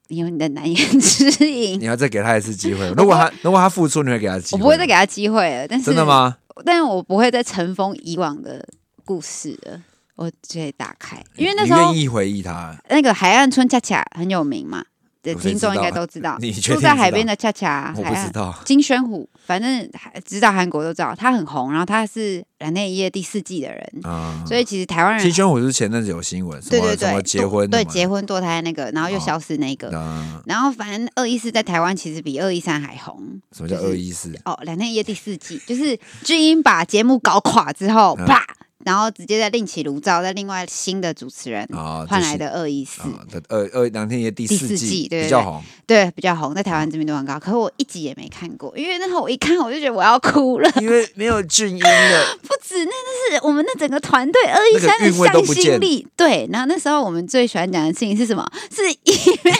D: 你有你的难言之隐
C: 你。要再给他一次
D: [LAUGHS]
C: 机会。如果他如果他付出，你会给他 [LAUGHS] 机
D: 我
C: 会吗？
D: 不会再给他机会了，但是
C: 真的？吗？
D: 但我不会再尘封以往的故事了，我直接打开，因为那
C: 你
D: 时候
C: 愿意回忆他，
D: 那个海岸村恰恰很有名嘛，的
C: 我谁
D: 听众
C: 知
D: 应该
C: 道
D: 都知道，
C: [LAUGHS] 你确定
D: 住在
C: 知
D: 海
C: 道
D: 边的恰恰，
C: 我
D: 海
C: 不知
D: 岸
C: 道。
D: 金宣虎，反正还知道韩国都知道，他很红，然后他是《两天一夜》第四季的人，
C: 啊，
D: 所以其实台湾人
C: 金宣虎是前阵子有新闻，什
D: 对
C: 么
D: 对
C: 什
D: 对
C: 么结婚
D: 对
C: 的嘛
D: 结婚堕胎那个，然后又
C: 哦
D: 消失那个，
C: 啊，
D: 然后反正二一四在台湾其实比二一三还红
C: 什么叫
D: 就是
C: 二一四？
D: 哦，《两天一夜》第四季就是巨英把节目搞垮之后，
C: 嗯
D: 啪，然后直接再另起炉灶，再另外新的主持人
C: 啊，
D: 换
C: 就是
D: 来的二一四，
C: 啊，对二二两天也第
D: 第
C: 四
D: 四季对对
C: 比较红，
D: 对，比较红，在台湾知名度很高。可是我一集也没看过，因为那时候我一看我就觉得我要哭了。 [LAUGHS]
C: 因为没有俊英的
D: 不止，那那是我们那整个团队二一
C: 那个
D: 三的
C: 韵味都
D: 向
C: 不
D: 心
C: 见
D: 力。对，然后那时候我们最喜欢讲的事情是什么？是因为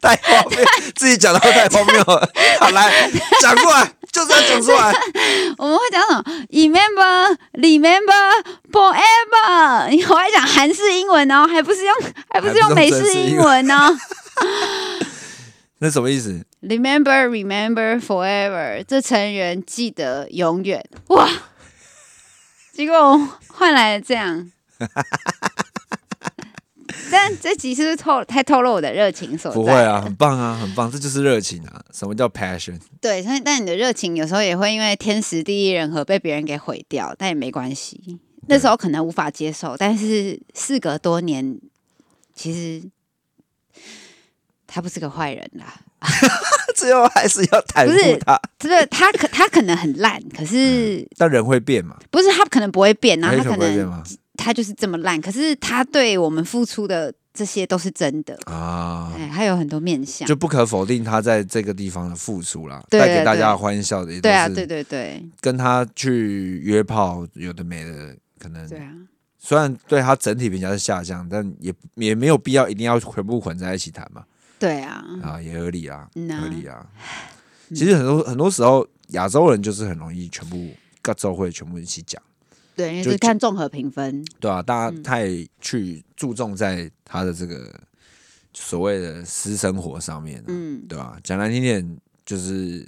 C: 太荒谬，自己讲到太荒谬了。好，来讲出来，就是要讲出
D: [LAUGHS]
C: 来。
D: 我们会讲什么？Remember, remember, forever。你我还讲韩式英文哦，还不是用还不是用美式英文哦。
C: 那什么意思？
D: Remember, remember forever，这成员记得永远哇！ [LAUGHS] 结果换来了这样， [LAUGHS] 但这集是不是透太透露我的热情所在？
C: 不会啊，很棒啊，很棒，这就是热情啊！什么叫
D: [LAUGHS]
C: passion？
D: 对，所以但你的热情有时候也会因为天时地利人和被别人给毁掉，但也没关系。那时候可能无法接受，但是事隔多年，其实他不是个坏人啦。
C: 最后还是要袒
D: 不是
C: 护他，
D: 这个他可他可能很烂，可是
C: 但人会变嘛？
D: 不是他可能不会变啊，
C: 人
D: 他
C: 可
D: 可
C: 不会变
D: 能
C: 吗？
D: 他就是这么烂，可是他对我们付出的这些都是真的。
C: 啊，
D: 哎，还有很多面相
C: 就。不可否定他在这个地方的付出啦，
D: 对
C: 带
D: 对
C: 给大
D: 对
C: 家的欢笑的也都
D: 对啊，对
C: 是
D: 对对
C: 跟他去约炮，有的没的，可能
D: 对啊，
C: 虽然对他整体评价是下降，但也也没有必要一定要全部混在一起谈嘛，
D: 对啊，
C: 啊，也合理啊，
D: 嗯啊嗯
C: 合理啊。其实很多很多时候，亚洲人就是很容易全部各州会全部一起讲，
D: 对，因为
C: 就是
D: 看综合评分。
C: 对啊，大家
D: 嗯
C: 太去注重在他的这个所谓的私生活上面、啊，
D: 嗯，
C: 对吧？讲难听点，就是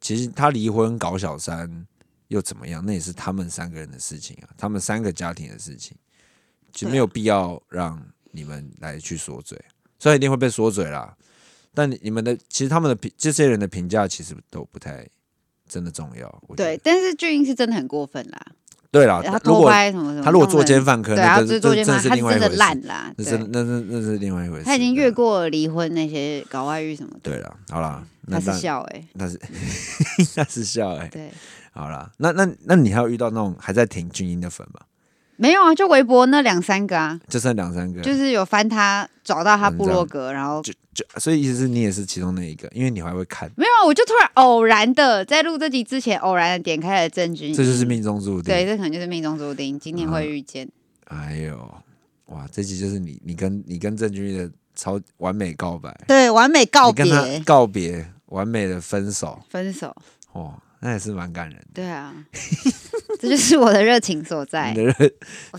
C: 其实他离婚搞小三又怎么样？那也是他们三个人的事情啊，他们三个家庭的事情，就
D: 对啊
C: 没有必要让你们来去说嘴。虽然一定会被说嘴啦，但你们的其实他们的评这些人的评价其实都不太真的重要。我觉
D: 对
C: 得，
D: 但是巨婴是真的很过分啦，
C: 对啦
D: 他，
C: 如
D: 偷
C: 果
D: 拍什么什么，
C: 他如果
D: 弄
C: 作
D: 人
C: 奸犯科，
D: 对
C: 那
D: 啊，
C: 这
D: 就
C: 这
D: 是作奸
C: 这
D: 犯，
C: 是
D: 他
C: 另外一
D: 真
C: 回
D: 的
C: 事。
D: 烂啦，
C: 那真
D: 对，
C: 那那那是另外一回事。
D: 他已经
C: 对啊
D: 越过离婚那些搞外遇什么的，
C: 对了，好啦，
D: 他
C: 那
D: 是
C: 那
D: 笑哎，
C: 那是 [LAUGHS] 那是笑哎、
D: 对，
C: 好啦，那那那你还有遇到那种还在挺军音的粉吗？
D: 没有啊，就微博那两三个啊，
C: 就剩两三个，
D: 就是有翻他找到他部落格，然后
C: 就就所以意思是你也是其中那一个，因为你还会看，
D: 没有啊，我就突然偶然的在录这集之前，偶然的点开了郑钧，
C: 这就是命中注定。
D: 嗯
C: 啊
D: 对，，这可能就是命中注定，今天会遇见，
C: 哎呦，哇，这集就是你你跟你跟郑钧的超完美告白，
D: 对，完美告
C: 你跟他
D: 别
C: 告别，完美的分手，
D: 分手，
C: 哦，那也是蛮感人的。
D: 对啊， [LAUGHS] 这就是我的热情所在
C: 你的，热，
D: 我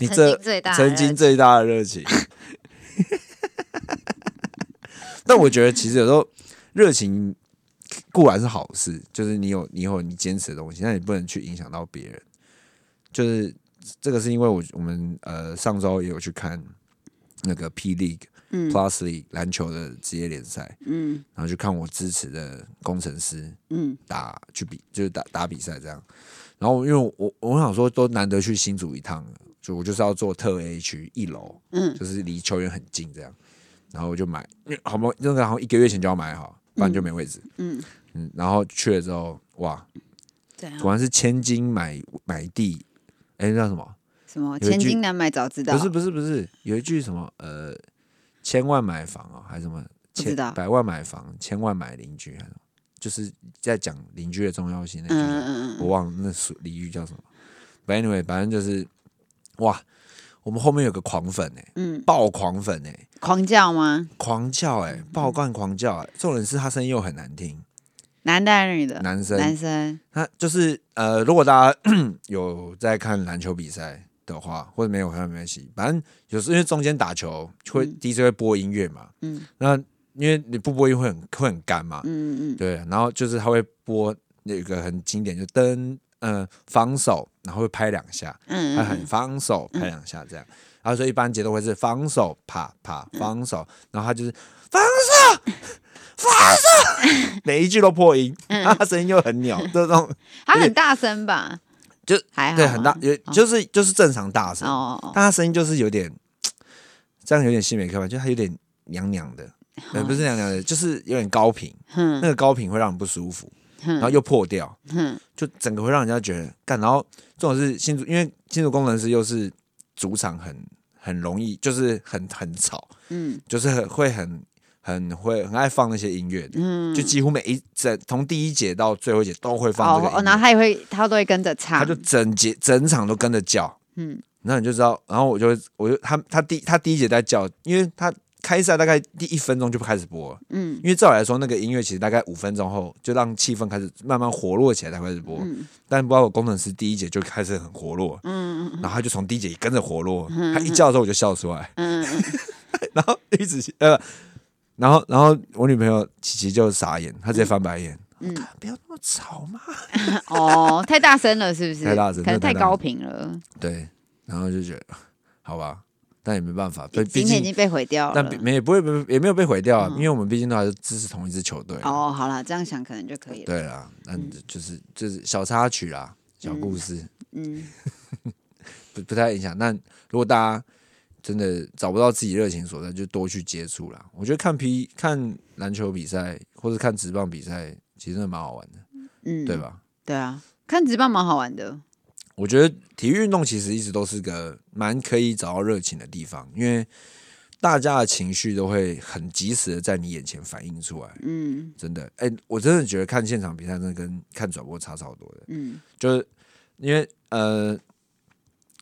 C: 嗯你
D: 曾
C: 这
D: 经最大的
C: 曾
D: 热
C: 经
D: 情
C: 最大的热情。 [LAUGHS] 但我觉得其实有时候热情固然是好事，就是你有你有你坚持的东西，但你不能去影响到别人。就是这个是因为我我们呃上周也有去看那个 P League、
D: 嗯
C: Plus League 篮球的职业联赛，
D: 嗯
C: 然后去看我支持的工程师
D: 嗯
C: 打去比，就是打打比赛这样。然后因为我我想说都难得去新竹一趟了，就我就是要坐特 A 区一楼，
D: 嗯
C: 就是离球员很近这样。然后我就买，因为好不容易那个好像一个月前就要买好，不然就没位置。
D: 嗯，
C: 嗯，然后去了之后，哇，
D: 对啊，
C: 果然是千金买买地，哎，那叫什么？
D: 什么
C: 有一
D: 千
C: 句
D: 金难买早知道，
C: 不是不是不是，有一句什么呃，千万买房啊、还是什么？
D: 知
C: 千
D: 道
C: 百万买房，千万买邻居，还是什么就是在讲邻居的重要性那句什么。
D: 嗯嗯
C: 我
D: 嗯，
C: 忘了那俗俚语叫什么。But anyway，反正就是哇，我们后面有个狂粉哎、
D: 嗯，
C: 爆狂粉哎、
D: 狂叫吗？
C: 狂叫
D: 嗯
C: 哎、爆干狂叫哎、重点是他声音又很难听，
D: 男的还是女的？
C: 男生
D: 男生，
C: 他就是呃，如果大家 [COUGHS] 有在看篮球比赛的话，或者没有看没关系，反正有时因为中间打球会、
D: 嗯
C: DJ 会播音乐嘛，
D: 嗯
C: 那因为你不播音会很会很干嘛，
D: 嗯嗯
C: 对，然后就是他会播那个很经典，就噔呃防守，然后会拍两下，
D: 嗯
C: 他
D: 嗯
C: 很
D: 嗯，
C: 防守拍两下这样，然后所以一般节奏会是防守啪啪
D: 嗯
C: 防守，然后他就是防
D: [LAUGHS]
C: 守防守，每一句都破音，
D: 嗯
C: 然后他声音又很
D: [LAUGHS]
C: 鸟，这种
D: 他很大声吧？
C: 就
D: 哎还好吗，
C: 对很大，有就是就是正常大声，
D: 哦哦
C: 但他声音就是有点这样有点西美克吧，就他有点娘娘的，呃不是娘娘的，就是有点高频，那
D: 嗯哼
C: 个高频会让人不舒服，然后又破掉，
D: 哼，
C: 就整个会让人家觉得干。然后这种是新竹，因为新竹工程师又是主场很很容易，就是很很吵，
D: 嗯
C: 就是很会很很会很爱放那些音乐的，
D: 嗯，
C: 就几乎每一整从第一节到最后一节都会放这
D: 哦
C: 个
D: 哦，
C: 音
D: 然后
C: 乐，
D: 他也会，他都会跟着唱，
C: 他就整节整场都跟着叫，
D: 嗯
C: 然后你就知道，然后我就我就他他第他第一节在叫，因为他开赛大概第一分钟就开始播了，
D: 嗯
C: 因为照理来说那个音乐其实大概五分钟后就让气氛开始慢慢活络起来才开始播，
D: 嗯
C: 但不知道我工程师第一节就开始很活络，
D: 嗯嗯
C: 然后他就从第一节也 [LAUGHS] 跟着活络，他一叫的时候我就笑出来，
D: 嗯嗯嗯
C: 然后一直呃。然后，然后我女朋友琪琪就傻眼，她直接翻白眼，
D: 嗯，
C: 不要那么吵嘛。
D: 哦，太大声了，是不是？
C: 太大声
D: 可
C: 真的
D: 能
C: 太
D: 太
C: 大
D: 高
C: 声
D: 频了。
C: 对，然后就觉得好吧，但也没办法，毕毕
D: 今天已
C: 竟
D: 经被毁掉
C: 但
D: 了嗯
C: 比。没也不会被也没有被毁掉啊，因为我们毕竟都还是支持同一支球队。啊
D: 哦，好了，这样想可能就可以了。
C: 对啦，那就是就是小插曲啦，小故事。
D: 嗯，
C: 不不太影响。那如果大家真的找不到自己热情所在，就多去接触啦。我觉得看皮看篮球比赛或者看职棒比赛，其实真的蛮好玩的，
D: 嗯，
C: 对？吧？
D: 对啊，看直棒蛮好玩的。
C: 我觉得体育运动其实一直都是个蛮可以找到热情的地方，因为大家的情绪都会很及时的在你眼前反映出来。
D: 嗯
C: 真的，哎、我真的觉得看现场比赛真的跟看转播差超多的。
D: 嗯
C: 就是因为呃，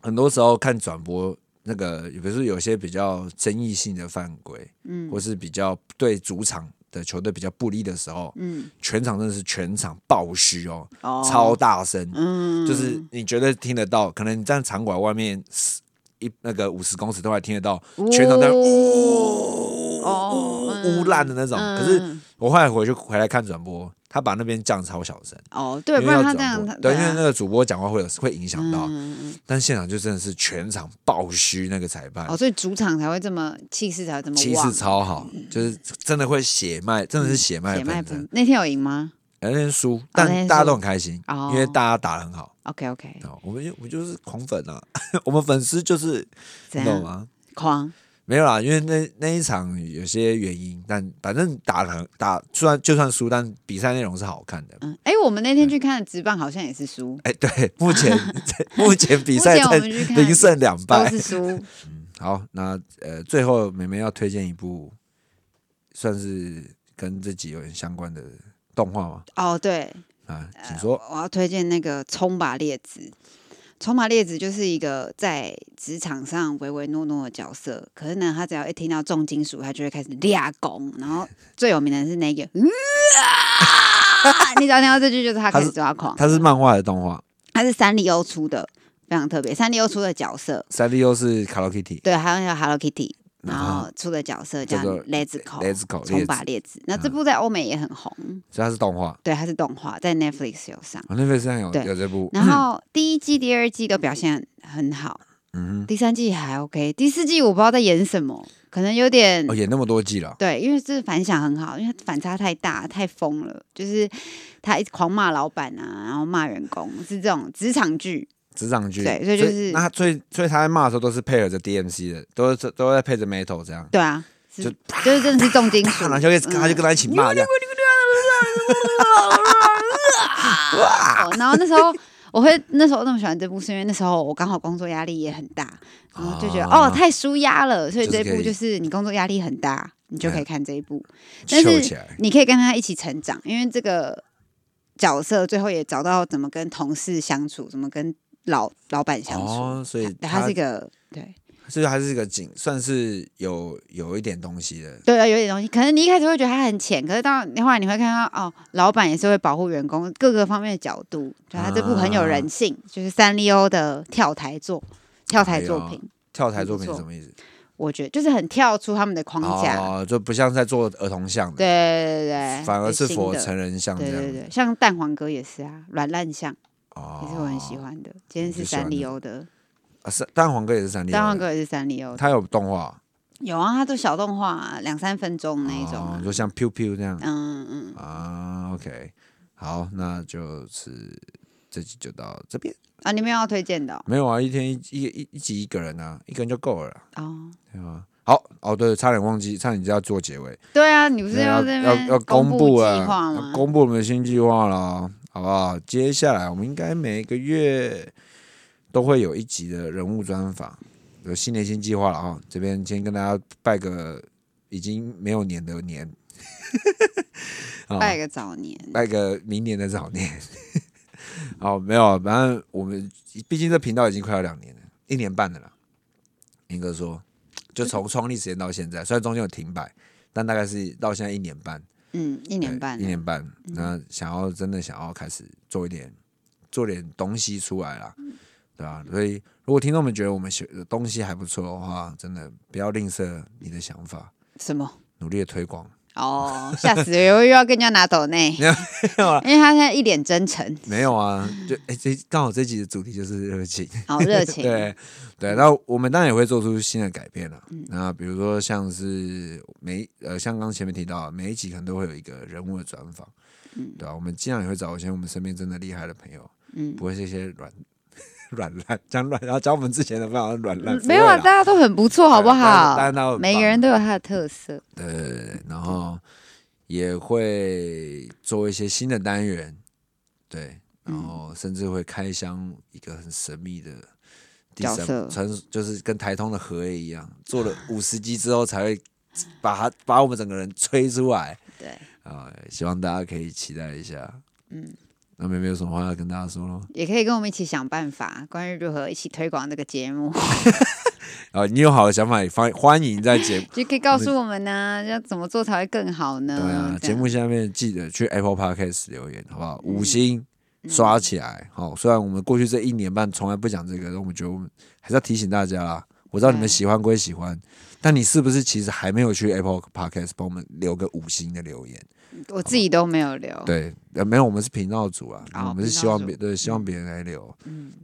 C: 很多时候看转播那个，比如说有些比较争议性的犯规，
D: 嗯
C: 或是比较对主场的球队比较不利的时候，
D: 嗯，
C: 全场真的是全场爆嘘哦，
D: 哦，
C: 超大声，
D: 嗯，
C: 就是你绝对听得到，可能你站场馆外面十一那个五十公尺都还听得到，全场在呜
D: 哦
C: 呜烂的那种。
D: 嗯嗯
C: 可是我后来回去回来看转播，他把那边降超小声。
D: 哦，对，
C: 因
D: 不
C: 为
D: 然
C: 要
D: 他
C: 转
D: 这样，
C: 播
D: 他
C: 对，因为
D: 啊
C: 那个主播讲话会有会影响到，
D: 嗯嗯嗯
C: 但现场就真的是全场爆嘘那个裁判
D: 哦，，所以主场才会这么气势才会这么
C: 气势
D: 旺
C: 超好，
D: 嗯
C: 就是真的会血脉，真的是血脉
D: 血脉
C: 喷
D: 喷
C: 张。。
D: 那天有赢吗
C: 那天输，
D: 那
C: 但
D: 天输
C: 大家都很开心，
D: 哦
C: 因为大家打得很好。
D: ？OK OK，
C: 哦我们就我们就是狂粉啊， [LAUGHS] 我们粉丝就是
D: 怎
C: 你懂
D: 样？
C: 吗？
D: 狂
C: 没有啦，因为那那一场有些原因，但反正打得很打，虽然就算输，但比赛内容是好看的。
D: 嗯，哎，我们那天去看直棒好像也是输，
C: 哎，对，目前
D: [LAUGHS]
C: 目前比
D: 目
C: 赛
D: 前我
C: 在
D: 们去看
C: 零胜两 [LAUGHS] 败
D: 都，是输。
C: 好，那呃，最后妹妹要推荐一部，算是跟这集有点相关的动画吗？
D: 哦，对，
C: 啊，请说。
D: 我要推荐那个《冲吧列子》。冲吧列子就是一个在职场上唯唯诺诺的角色，可是呢，他只要一听到重金属，他就会开始俩拱。然后最有名的是那个，嗯啊、你只要听到这句，就是他开始抓狂。
C: 它是漫画的动画，
D: 他是三丽鸥出的，非常特别。三丽鸥出的角色，
C: 三 D O 是 Hello Kitty，
D: 对，还有那个 Hello Kitty，
C: 然
D: 然
C: 后
D: 后出的角色
C: 叫
D: 叫
C: 做
D: Lezico，
C: Lezico，
D: 冲吧列子。嗯那这部在欧美也很红，
C: 所以它是动画。
D: 对，它是动画，在 Netflix 有上。
C: 啊，那边上有
D: 对
C: 有这部，
D: 然后第一季、第二季都表现很好，
C: 嗯
D: 第三季还 OK，第四季我不知道在演什么，可能有点
C: 哼，哦，演那么多季了，
D: 对，因为这反响很好，因为反差太大，太疯了，就是他一直狂骂老板啊，然后骂员工，是这种职场剧。
C: 职场剧。
D: 对所以就是
C: 那他所以所以他在骂的时候都是配合着 DMC 的，都是都在配着 Metal 这样。
D: 对啊，是
C: 就
D: 就是真的是重金属
C: 看，了就会
D: 嗯
C: 他就跟他一起骂这样，
D: [LAUGHS] 哦然后那时候我会那时候那么喜欢这部，是因为那时候我刚好工作压力也很大，然后就觉得、
C: 啊
D: 哦太舒压了，所以这
C: 就是可
D: 部
C: 以嗯
D: 就是你工作压力很大，你就可以看这一部，但
C: 秀起
D: 是
C: 来。
D: 你可以跟他一起成长，因为这个角色最后也找到怎么跟同事相处，怎么跟老老板相处。
C: 哦，所以
D: 他
C: 他
D: 是一个对
C: 所以还是一个景，算是有有一点东西的。
D: 对啊，有点东西。可能你一开始会觉得他很浅，可是到后来你会看到哦，老板也是会保护员工各个方面的角度，对他这部很有人性，
C: 啊
D: 就是三丽鸥的跳台作跳台作
C: 哎
D: 品，
C: 跳台作品
D: 不
C: 是
D: 错
C: 什么意思？
D: 我觉得就是很跳出他们的框架。
C: 哦，就不像在做儿童像的，
D: 对对对对，
C: 反而是
D: 新
C: 佛
D: 的
C: 成人像这
D: 对
C: 样。
D: 对对，像蛋黄哥也是啊，软烂像
C: 哦，
D: 也是我很喜欢的。今天
C: 你
D: 是
C: 是喜欢
D: 三丽
C: 那
D: 鸥的，
C: 啊。是蛋黄哥也是三 D，
D: 蛋黄哥也是三丽鸥的，
C: 他有动画
D: 有啊，他做小动画啊两三分钟那一种
C: 哦
D: 啊。
C: 就像 Piu Piu 这样
D: 嗯嗯，
C: 啊。OK，好，那就是这集就到这边。
D: 啊，你们要推荐的哦
C: 没有啊，一天一一一一集一个人啊，一个人就够了啦，
D: 哦？
C: 对吗？好哦，对，差点忘记，差点就要做结尾。
D: 对啊，你不是
C: 要
D: 在那
C: 要
D: 边
C: 要
D: 公
C: 布
D: 计
C: 了，
D: 划
C: 要
D: 吗？
C: 公布我们的新计划了，好不好？接下来我们应该每个月都会有一集的人物专访，有新年新计划了啊！这边先跟大家拜个已经没有年的年， [LAUGHS] 啊
D: 拜个早年，
C: 拜个明年的早年。 [LAUGHS] 好，没有，反正我们毕竟这频道已经快要两年了，一年半了啦。严格说，就从创立时间到现在，虽然中间有停摆，但大概是到现在一年半。
D: 嗯，一年
C: 对
D: 半了，嗯
C: 一年半。那想要真的想要开始做一点做点东西出来啦，对吧、所以如果听众们觉得我们学的东西还不错的话，真的不要吝啬你的想法。
D: 什么？
C: 努力的推广。
D: 哦，吓死我！又要跟人家拿抖内，
C: [LAUGHS]
D: 因
C: 没有有啊啦
D: 为他现在一脸真诚，
C: 没有啊，就哎、这刚好这集的主题就是热情，
D: 好热情。
C: [LAUGHS] 对对。那我们当然也会做出新的改变了。
E: 嗯
C: 那比如说像是每一呃，像刚前面提到，每一集可能都会有一个人物的专访，
E: 嗯
C: 对啊吧、我们尽量也会找一些我们身边真的厉害的朋友，
D: 嗯
C: 不会是一些软 [LAUGHS] 软烂讲软，然后讲我们之前的办法软
D: 嗯
C: 烂，
E: 没有啊，
C: 不会啦
E: 大家都很不错，好不
C: 对大家
E: 好
C: 大家都？很
E: 每个
C: 棒
E: 人都有他的特色。
C: 对对对对，然后也会做一些新的单元，对，
D: 嗯
C: 然后甚至会开箱一个很神秘的第
D: 角
C: 三
D: 色
C: 传，就是跟台通的合约一样，做
D: [LAUGHS]
C: 了五十集之后才会把它把我们整个人吹出来
D: 对，
C: 啊、希望大家可以期待一下。嗯，那妹妹有什么话要跟大家说咯？
D: 也可以跟我们一起想办法，关于如何一起推广这个节目， [LAUGHS]
C: 啊、你有好的想法也欢欢迎在节目。
D: 就可以告诉我们呢、要怎么做才会更好呢？
C: 对啊，
D: 这
C: 节
D: 样嗯
C: 目下面记得去 Apple Podcast 留言，好不好？五星刷起来。好、虽然我们过去这一年半从来不讲这个，但我们觉得我们还是要提醒大家啦。我知道你们
D: 对
C: 喜欢归喜欢，但你是不是其实还没有去 Apple Podcast 帮我们留个五星的留言？
D: 我自己都没有留。
C: 对，呃，没有，我们是频道组啊，
D: 哦
C: 我们是
D: 频道嗯
C: 希望
D: 组
C: 别对希望别人来留，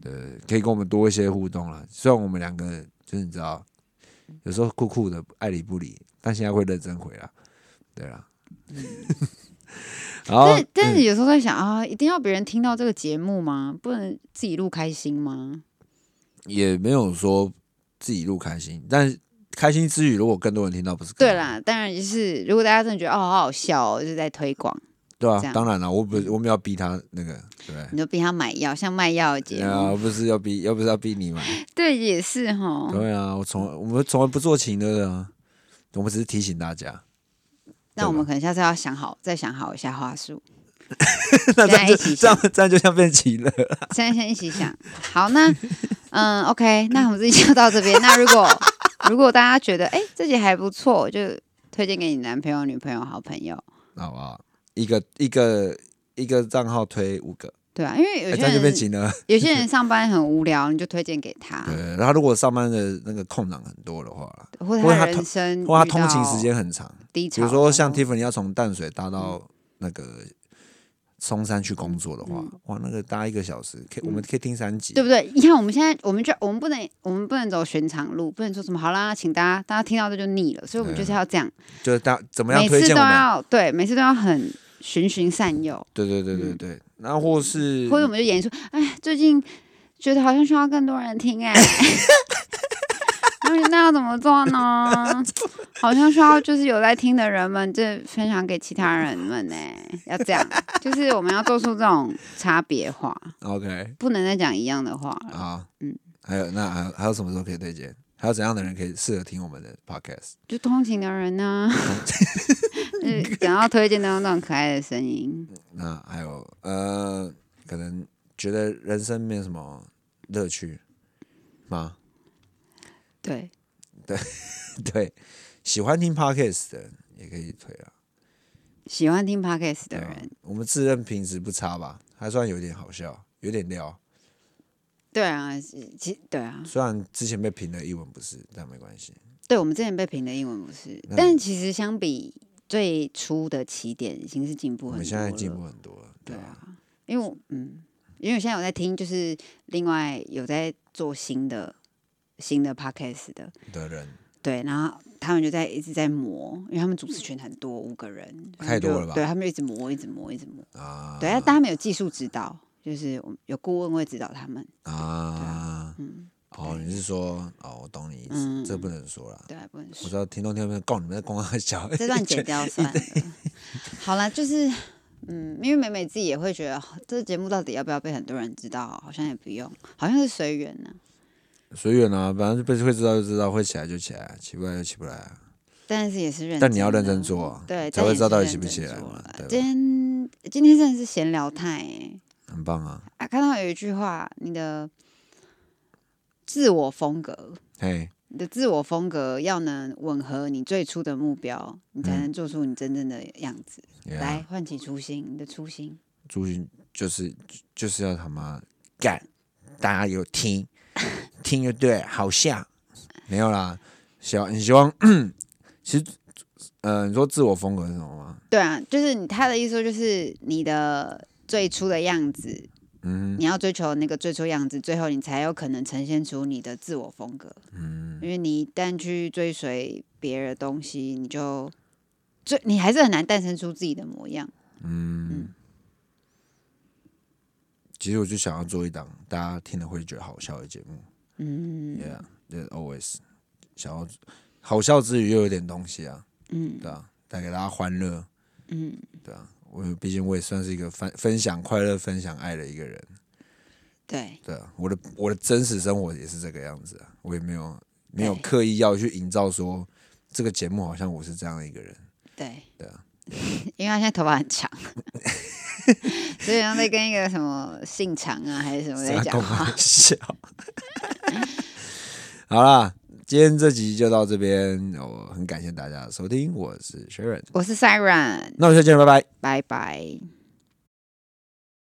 C: 对，可以跟我们多一些互动啦。虽然我们两个就是你知道，有时候酷酷的爱理不理，但现在会认真回啦，对啦。
D: 嗯
C: [LAUGHS] 啊然后
D: 但但是有时候在想啊，一定要别人听到这个节目吗？不能自己录开心吗？
C: 也没有说自己录开心，但是开心之余，如果更多人听到，不是更
D: 对
C: 好，
D: 啦，当然就是，如果大家真的觉得哦好好笑哦，就是在推广，
C: 对
D: 这
C: 啊，
D: 样嗯
C: 当然了，我不我们要逼他那个，对。
D: 你就逼他买药，像卖药的节目，
C: 啊，不是要逼，要不是要逼你嘛？
D: 对，也是哈。
C: 对啊，我从我们从来不做情的啊，我们只是提醒大家。
D: 那
C: 对
D: 我
C: 吧
D: 们可能下次要想好，再想好一下话术。
C: [LAUGHS] 那
D: 现
C: 这样就
D: 在一起
C: 这
D: 想
C: 样，这样就像变奇了。
D: 现在先一起想。好，那嗯，OK，那我们这集就到这边。那如果如果大家觉得哎、这集还不错，就推荐给你男朋友、女朋友、好朋友，
C: 好不好？一个一个一个账号推五个，
D: 对啊，因为
C: 哎、
D: 有
C: 这
D: 些
C: 样就变
D: 人啊
C: 紧了。
D: 有些
C: [LAUGHS]
D: 人上班很无聊，你就推荐给他，
C: 对，然后如果上班的那个空档很多的话，
D: 或者
C: 或者他
D: 他人生
C: 或他
D: 遇
C: 通勤
D: 嗯到
C: 时间很长，
D: 低
C: 比
D: 潮，
C: 如说像 Tiffany 要从淡水搭到那个松山去工作的话，哇，那个搭一个小时，可以、我们可以听三集
D: 嗯对。不对？你看我们现在，我们就我们不能，我们不能走寻常路，不能说什么好啦，请大家大家听到这就腻了，所以我们就是要这样，
C: 就是大怎么样
D: 每
C: 推
D: 次
C: 荐
D: 都
C: 我们？啊
D: 要对，每次都要很循循善诱，
C: 对对对对对。然后或是
D: 嗯或者我们就演出，哎，最近觉得好像需要更多人听哎、 [LAUGHS] 那那要怎么做呢？ [LAUGHS] 好像需要就是有在听的人们，就分享给其他人们呢、要这样，就是我们要做出这种差别化，
C: OK
D: 不能再讲一样的话了。
C: 好，
D: 嗯
C: 嗯，还有那还有还有什么时候可以推荐？还有怎样的人可以适合听我们的 Podcast？
D: 就通勤的人 [LAUGHS] 呢、呃想要推荐那种那种可爱的声音，
C: 那还有呃，可能觉得人生没有什么乐趣吗？ [LAUGHS]
D: 对，
C: 对，喜欢听 podcast 的人也可以推啊。
D: 喜欢听 podcast 的
C: 对啊
D: 人，
C: 我们自认平时不差吧，还算有点好笑，有点料。
D: 对啊，其对啊，
C: 虽然之前被评的一文不值，但没关系。
D: 对我们之前被评的英文不是，
C: 那
D: 但其实相比最初的起点，已经是进步
C: 我
D: 很多
C: 们
D: 了。
C: 现在进步很多了，
D: 对
C: 对
D: 啊
C: 啊，，
D: 因为我嗯，因为我现在有在听，就是另外有在做新的新的 podcast 的，
C: 的人
D: 对，啊然后他们就在一直在磨，因为他们主持群很多，五个人，他们
C: 太多
D: 就
C: 了吧
D: 对他们就一直磨，一直磨，一直磨。
C: 啊，
D: 对，但他们有技术指导，就是我们有顾问会指导他们。
C: 啊，
D: 嗯，
C: 哦，你是说哦，我懂你意思，
D: 嗯
C: 这不能说啦。
D: 对，不能
C: 我
D: 说
C: 知道听众听众告你们在公开小， [LAUGHS]
D: 这段剪掉算了。好啦，就是嗯，因为美美自己也会觉得哦这节目到底要不要被很多人知道，好像也不用，好像是随缘啊呢。
C: 随缘啊，反正就被会知道就知道，会起来就起来，起不来就起不来啊。
D: 但是也是认真的，
C: 但你要认真做啊
D: 对，
C: 才会知道到底起
D: 行
C: 不起来嘛对吧
D: 啊今天今天真的是闲聊太、欸、
C: 很棒啊，
D: 啊！看到有一句话，你的自我风格，
C: 嘿，
D: 你的自我风格要能吻合你最初的目标，你才
C: 嗯
D: 能做出你真正的样子。
C: yeah
D: 来，唤起初心，你的初心。
C: 朱军就是就就是要他妈干，大家有听 [LAUGHS] [COUGHS] 听就对，好像没有啦。希望你希望，其实呃，你说自我风格是什么吗？
D: 对啊，就是你他的意思就是你的最初的样子，
C: 嗯
D: 你要追求那个最初样子，最后你才有可能呈现出你的自我风格。
C: 嗯，
D: 因为你一旦去追随别人的东西，你就最你还是很难诞生出自己的模样。
C: 其实我就想要做一档大家听了会觉得好笑的节目
D: 嗯
C: ，Yeah，就是 always 想要好笑之余又有点东西啊，
D: 嗯
C: 对啊，带给大家欢乐，
D: 嗯，
C: 对啊，我毕竟我也算是一个分分享快乐、分享爱的一个人，
D: 对，
C: 对啊，我的我的真实生活也是这个样子啊，我也没有没有
D: 对
C: 刻意要去营造说这个节目好像我是这样的一个人，
D: 对
C: 对啊，
D: [LAUGHS] 因为他现在头发
C: [LAUGHS]
D: 很长，所以像在跟一个什么姓常啊还是什么在
C: 在
D: 讲
C: 跟
D: 话。
C: 我笑。 [LAUGHS] 好啦，今天这集就到这边，我很感谢大家的收听，我是 Sharon，
D: 我是 Siren，
C: 那我们下期见，拜拜。
D: 拜拜。